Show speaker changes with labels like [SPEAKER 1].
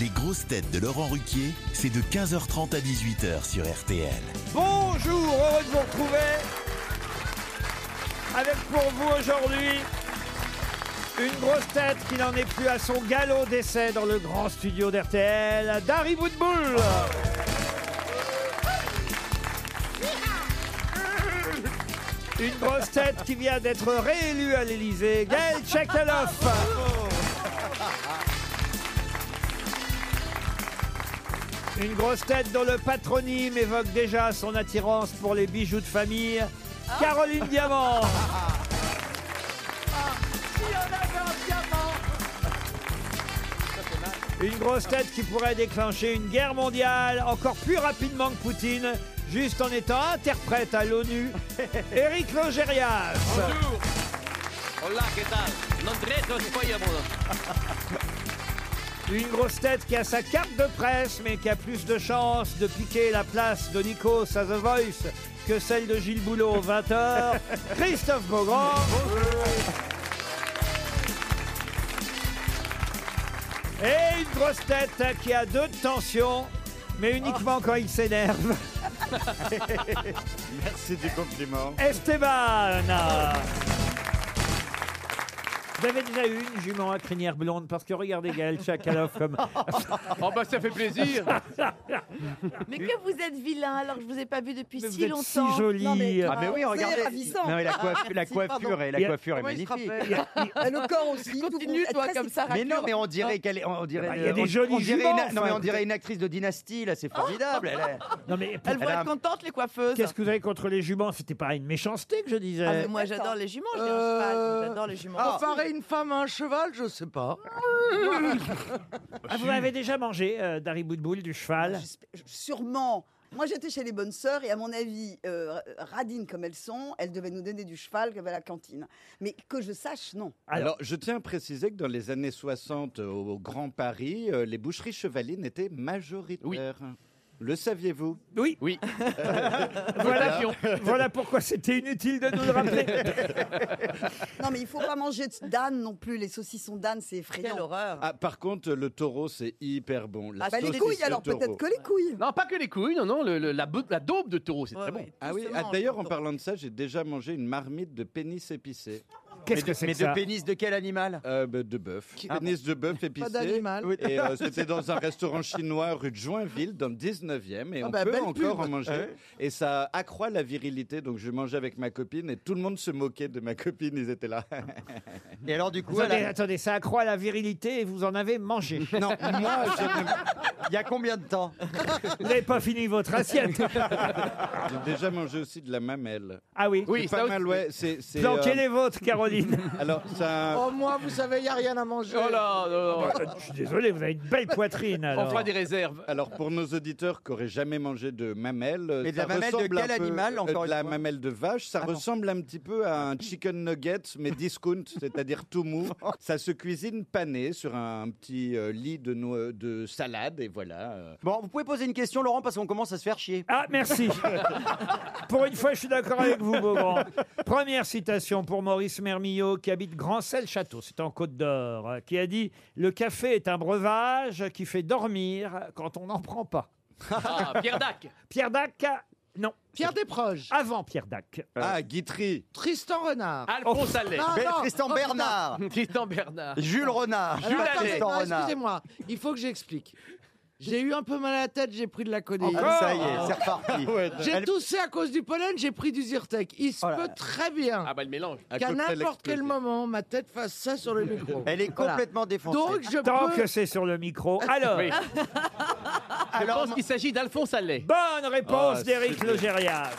[SPEAKER 1] Les grosses têtes de Laurent Ruquier, c'est de 15h30 à 18h sur RTL.
[SPEAKER 2] Bonjour, heureux de vous retrouver avec pour vous aujourd'hui une grosse tête qui n'en est plus à son galop d'essai dans le grand studio d'RTL, Dari Woodbull. Une grosse tête qui vient d'être réélue à l'Élysée, Gaël Tchekaloff. Une grosse tête dont le patronyme évoque déjà son attirance pour les bijoux de famille, Caroline Diamant. Une grosse tête qui pourrait déclencher une guerre mondiale encore plus rapidement que Poutine, juste en étant interprète à l'ONU, Éric Logérias.
[SPEAKER 3] Hola, ¿qué tal? Londres, os spoiamo.
[SPEAKER 2] Une grosse tête qui a sa carte de presse, mais qui a plus de chances de piquer la place de Nikos à The Voice que celle de Gilles Boulot au 20h, Christophe Beaugrand. Et une grosse tête qui a deux tensions, mais uniquement quand il s'énerve,
[SPEAKER 4] Merci du compliment.
[SPEAKER 2] Esteban. Vous avez déjà eu une jument à crinière blonde parce que regardez Gaël Chakalov comme
[SPEAKER 5] Oh bah ça fait plaisir
[SPEAKER 6] Mais que vous êtes vilain alors que je vous ai pas vu depuis
[SPEAKER 2] Mais vous
[SPEAKER 6] si
[SPEAKER 2] êtes si
[SPEAKER 6] longtemps.
[SPEAKER 2] jolie.
[SPEAKER 7] Ah, mais oui, regardez. Non, mais la, coiffe-
[SPEAKER 8] Ah,
[SPEAKER 7] la coiffure, et
[SPEAKER 2] Il y
[SPEAKER 7] la
[SPEAKER 2] a-
[SPEAKER 7] coiffure est
[SPEAKER 8] Comment il se
[SPEAKER 7] magnifique.
[SPEAKER 8] rappelle
[SPEAKER 2] Il y a- il-
[SPEAKER 8] Le corps aussi.
[SPEAKER 6] Continue toi comme ça.
[SPEAKER 7] Mais non,
[SPEAKER 6] raconte.
[SPEAKER 7] mais on dirait qu'elle est. On dirait,
[SPEAKER 2] Ah bah, il y a
[SPEAKER 7] euh,
[SPEAKER 2] des
[SPEAKER 7] on-
[SPEAKER 2] jolies
[SPEAKER 7] on dirait
[SPEAKER 2] juments,
[SPEAKER 7] une, Non, mais
[SPEAKER 2] enfin.
[SPEAKER 7] on dirait une actrice de dynastie, là, c'est formidable. Elle est-
[SPEAKER 2] non mais
[SPEAKER 6] Elles vont
[SPEAKER 7] Elle a
[SPEAKER 6] être
[SPEAKER 7] un-
[SPEAKER 6] contentes les coiffeuses.
[SPEAKER 2] Qu'est-ce que vous avez contre les juments C'était pas une méchanceté que je disais.
[SPEAKER 6] Ah, mais moi j'adore les juments, j'ai un
[SPEAKER 8] Euh,
[SPEAKER 6] cheval, moi, j'adore les juments.
[SPEAKER 7] Ah.
[SPEAKER 8] Comparer une femme à un cheval, je sais pas.
[SPEAKER 2] Ah, vous avez déjà mangé euh, Dari Boudboul du
[SPEAKER 9] Ah,
[SPEAKER 2] cheval
[SPEAKER 9] J'espère- Sûrement. Moi, j'étais chez les bonnes sœurs et à mon avis, euh, radines comme elles sont, elles devaient nous donner du cheval à la cantine. Mais que je sache, non.
[SPEAKER 2] Alors-
[SPEAKER 4] Alors, je tiens à préciser que dans les années 60, au, au Grand Paris, euh, les boucheries chevalines étaient majoritaires. Le saviez-vous
[SPEAKER 2] Oui.
[SPEAKER 5] Oui.
[SPEAKER 2] voilà, voilà pourquoi c'était inutile de nous le rappeler.
[SPEAKER 9] Non, mais il faut pas manger de d'âne non plus. Les saucissons d'âne, c'est
[SPEAKER 6] Quelle
[SPEAKER 9] effrayant.
[SPEAKER 6] horreur.
[SPEAKER 4] ah, Par contre, le taureau, c'est hyper bon. La
[SPEAKER 6] Ah,
[SPEAKER 9] Bah, les
[SPEAKER 4] saucisse
[SPEAKER 9] couilles,
[SPEAKER 4] de
[SPEAKER 9] alors
[SPEAKER 4] taureau.
[SPEAKER 9] peut-être que les couilles.
[SPEAKER 5] Non, pas que les couilles, non, non, le- le- la, bou- la daube de taureau, c'est
[SPEAKER 6] Ouais,
[SPEAKER 5] très bon.
[SPEAKER 6] ouais,
[SPEAKER 4] Ah oui,
[SPEAKER 6] tout se
[SPEAKER 4] ah,
[SPEAKER 6] mange,
[SPEAKER 4] d'ailleurs, en
[SPEAKER 6] plutôt.
[SPEAKER 4] parlant de ça, j'ai déjà mangé une marmite de pénis épicé.
[SPEAKER 2] Qu'est-ce que c'est
[SPEAKER 7] Mais
[SPEAKER 2] que ça
[SPEAKER 7] de pénis de quel animal
[SPEAKER 4] Euh, bah, de bœuf.
[SPEAKER 7] Ah
[SPEAKER 4] pénis de bœuf épicé.
[SPEAKER 8] Pas d'animal.
[SPEAKER 4] Et euh, c'était dans un restaurant chinois rue de Joinville, dans le 19e, et
[SPEAKER 8] Ah
[SPEAKER 4] on
[SPEAKER 8] bah,
[SPEAKER 4] peut
[SPEAKER 8] belle
[SPEAKER 4] encore
[SPEAKER 8] pub.
[SPEAKER 4] en manger.
[SPEAKER 8] Ouais.
[SPEAKER 4] Et ça accroît la virilité, donc je mangeais avec ma copine, et tout le monde se moquait de ma copine, ils étaient là.
[SPEAKER 7] Et alors, du coup,
[SPEAKER 2] Vous avez-
[SPEAKER 7] elle a-
[SPEAKER 2] Attendez, ça accroît la virilité et vous en avez mangé.
[SPEAKER 4] non, moi,
[SPEAKER 7] Ah.
[SPEAKER 4] j'ai
[SPEAKER 7] il y a combien de temps
[SPEAKER 2] Vous n'avez pas fini votre assiette.
[SPEAKER 4] j'ai déjà mangé aussi de la mamelle.
[SPEAKER 2] Ah oui.
[SPEAKER 5] Oui,
[SPEAKER 4] C'est
[SPEAKER 5] ça
[SPEAKER 4] pas
[SPEAKER 5] aussi.
[SPEAKER 4] mal, ouais. C'est, c'est,
[SPEAKER 2] Planquez
[SPEAKER 4] euh,
[SPEAKER 2] les vôtres, Caroline.
[SPEAKER 4] Alors, ça...
[SPEAKER 8] Oh, moi, vous savez, il n'y a rien à manger.
[SPEAKER 5] Oh là, non, non,
[SPEAKER 2] Euh, Je suis désolé, vous avez une belle poitrine.
[SPEAKER 5] on
[SPEAKER 2] Alors.
[SPEAKER 5] fera des réserves.
[SPEAKER 4] Alors pour nos auditeurs qui auraient jamais mangé de mamelle, euh,
[SPEAKER 7] Mais de
[SPEAKER 4] ça
[SPEAKER 7] la mamelle de
[SPEAKER 4] ressemble un
[SPEAKER 7] quel
[SPEAKER 4] peu,
[SPEAKER 7] animal,
[SPEAKER 4] euh,
[SPEAKER 7] encore
[SPEAKER 4] de
[SPEAKER 7] une
[SPEAKER 4] La
[SPEAKER 7] fois
[SPEAKER 4] mamelle de vache, ça
[SPEAKER 7] Ah non.
[SPEAKER 4] ressemble un petit peu à un chicken nugget mais discount, c'est-à-dire tout mou. Ça se cuisine pané sur un petit euh, lit de, noix- de salade et voilà. euh.
[SPEAKER 7] Bon, vous pouvez poser une question, Laurent, parce qu'on commence à se faire chier.
[SPEAKER 2] Ah, merci. pour une fois, je suis d'accord avec vous, Beaugrand. Première citation pour Maurice Mermillot, qui habite Grand-Celle-Château, c'est en Côte d'Or, euh, qui a dit Le café est un breuvage qui fait dormir quand on n'en prend pas.
[SPEAKER 5] Ah, Pierre Dac
[SPEAKER 2] Pierre Dac a- Non,
[SPEAKER 8] Pierre Desproges.
[SPEAKER 2] avant Pierre Dac.
[SPEAKER 4] Ah, Guitry
[SPEAKER 8] Tristan Renard.
[SPEAKER 5] Alphonse Allais
[SPEAKER 7] Ben-
[SPEAKER 8] non,
[SPEAKER 7] Tristan
[SPEAKER 8] oh,
[SPEAKER 7] Bernard
[SPEAKER 5] Tristan Bernard
[SPEAKER 7] Jules Renard
[SPEAKER 8] Alors, attendez,
[SPEAKER 5] Allais.
[SPEAKER 7] Tristan
[SPEAKER 8] non,
[SPEAKER 7] Renard
[SPEAKER 8] Excusez-moi, il faut que j'explique. J'ai eu un peu mal à la tête, j'ai pris de la codéine.
[SPEAKER 7] Ah, Ça y est, c'est reparti.
[SPEAKER 2] Ah,
[SPEAKER 8] J'ai
[SPEAKER 7] Oh, Elle-
[SPEAKER 8] toussé à cause du pollen, j'ai pris du Zyrtec. Il se
[SPEAKER 7] Oh là
[SPEAKER 8] peut
[SPEAKER 7] là.
[SPEAKER 8] très bien
[SPEAKER 5] Ah bah le mélange
[SPEAKER 4] à
[SPEAKER 8] qu'à
[SPEAKER 4] cocktail
[SPEAKER 8] n'importe quel
[SPEAKER 4] explosif.
[SPEAKER 8] moment, ma tête fasse ça sur le micro.
[SPEAKER 7] Elle est
[SPEAKER 8] Voilà.
[SPEAKER 7] complètement défoncée.
[SPEAKER 8] Donc, je
[SPEAKER 2] Tant
[SPEAKER 8] peux...
[SPEAKER 2] que c'est sur le micro. Alors,
[SPEAKER 5] Oui. Je
[SPEAKER 7] Alors,
[SPEAKER 5] pense qu'il s'agit d'Alphonse Allais
[SPEAKER 2] bonne réponse
[SPEAKER 4] Ah,
[SPEAKER 2] d'Éric
[SPEAKER 4] super.
[SPEAKER 2] Logérias.